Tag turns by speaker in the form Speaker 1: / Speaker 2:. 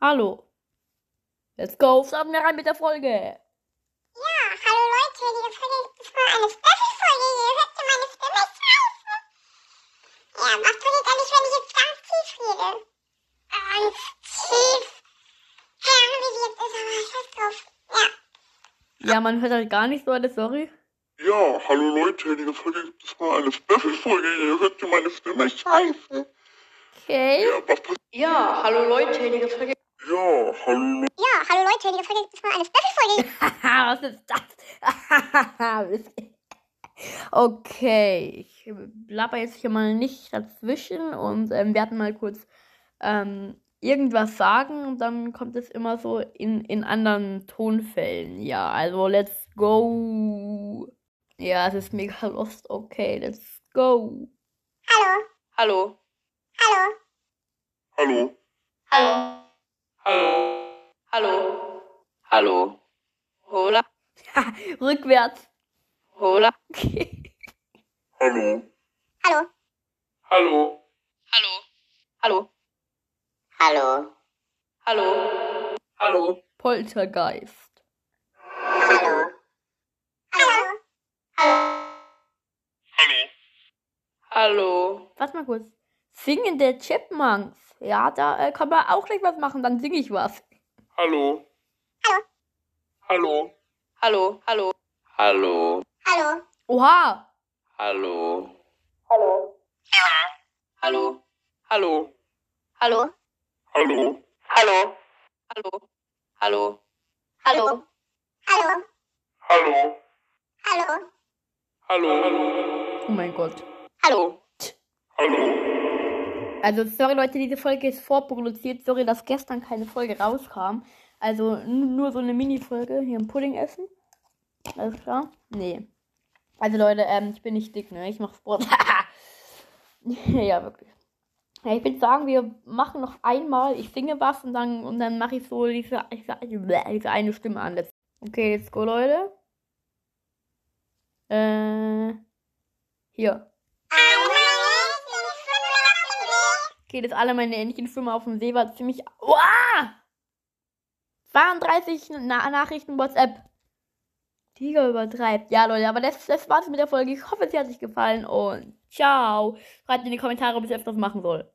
Speaker 1: Hallo. Let's go, starten wir rein mit der Folge.
Speaker 2: Ja, hallo Leute, diese Folge ist zwar eine Special-Folge, ihr hört ja meine Stimme scheiße. Ja, was passiert eigentlich, wenn ich jetzt ganz tief rede? Ganz tief. Ja, wie sie jetzt ist, aber scheiß drauf. Ja,
Speaker 1: Ja, man hört halt gar nichts, Leute, sorry.
Speaker 3: Ja, hallo Leute, in dieser Folge gibt es mal eine Special-Folge. Ihr hört ja meine Stimme scheiße.
Speaker 1: Okay.
Speaker 3: Ja, was passiert?
Speaker 4: Ja, hallo Leute, in dieser Folge.
Speaker 3: Ja, hallo
Speaker 2: ja, hallo Leute, in dieser Folge ist zwar eine Special-Folge.
Speaker 1: Haha, was ist das? okay, ich laber jetzt hier mal nicht dazwischen und ähm, werden mal kurz ähm, irgendwas sagen und dann kommt es immer so in, in anderen Tonfällen. Ja, also let's go. Ja, es ist mega lost. Okay, let's go.
Speaker 2: Hallo,
Speaker 4: Hallo.
Speaker 2: hallo,
Speaker 3: Hallo.
Speaker 4: Hallo. Hallo. Hallo. Hallo. Hola.
Speaker 1: Rückwärts.
Speaker 4: Hola.
Speaker 1: Okay.
Speaker 3: Hallo.
Speaker 2: hallo,
Speaker 3: Hallo.
Speaker 4: Hallo. Hallo.
Speaker 2: hallo,
Speaker 4: Hallo. Hallo.
Speaker 1: Poltergeist.
Speaker 2: hallo, hallo,
Speaker 3: Hallo.
Speaker 4: Hallo.
Speaker 1: Warte mal kurz. Singende Chipmunks. Ja, da äh, kann man auch gleich was machen, dann singe ich was.
Speaker 3: Hallo. Hallo.
Speaker 4: Hallo. Hallo. Hallo.
Speaker 2: hallo,
Speaker 1: Oha!
Speaker 4: Hallo. Hallo. Hallo. Hallo. Hallo.
Speaker 3: Hallo.
Speaker 4: Hallo. Hallo. Hallo. Hallo.
Speaker 2: hallo,
Speaker 3: Hallo.
Speaker 2: hallo,
Speaker 3: Hallo.
Speaker 1: Oh mein Gott.
Speaker 4: Hallo.
Speaker 3: Hallo.
Speaker 1: Also, sorry Leute, diese Folge ist vorproduziert. Sorry, dass gestern keine Folge rauskam. Also n- nur so eine Mini-Folge. Hier ein Pudding essen. Alles klar? Nee. Also Leute, ähm, ich bin nicht dick, ne? Ich mach Sport. ja, wirklich. Ja, ich würde sagen, wir machen noch einmal, ich singe was und dann, und dann mache ich so diese, diese, diese eine Stimme an. Okay, let's go, Leute. Äh, hier. Okay, das alle meine Entchenfirma auf dem See war ziemlich. Uah! 32 Na Nachrichten WhatsApp. Tiger übertreibt. Ja, Leute, aber das, das war's mit der Folge. Ich hoffe, es hat euch gefallen und ciao. Schreibt in die Kommentare, ob ich öfters machen soll.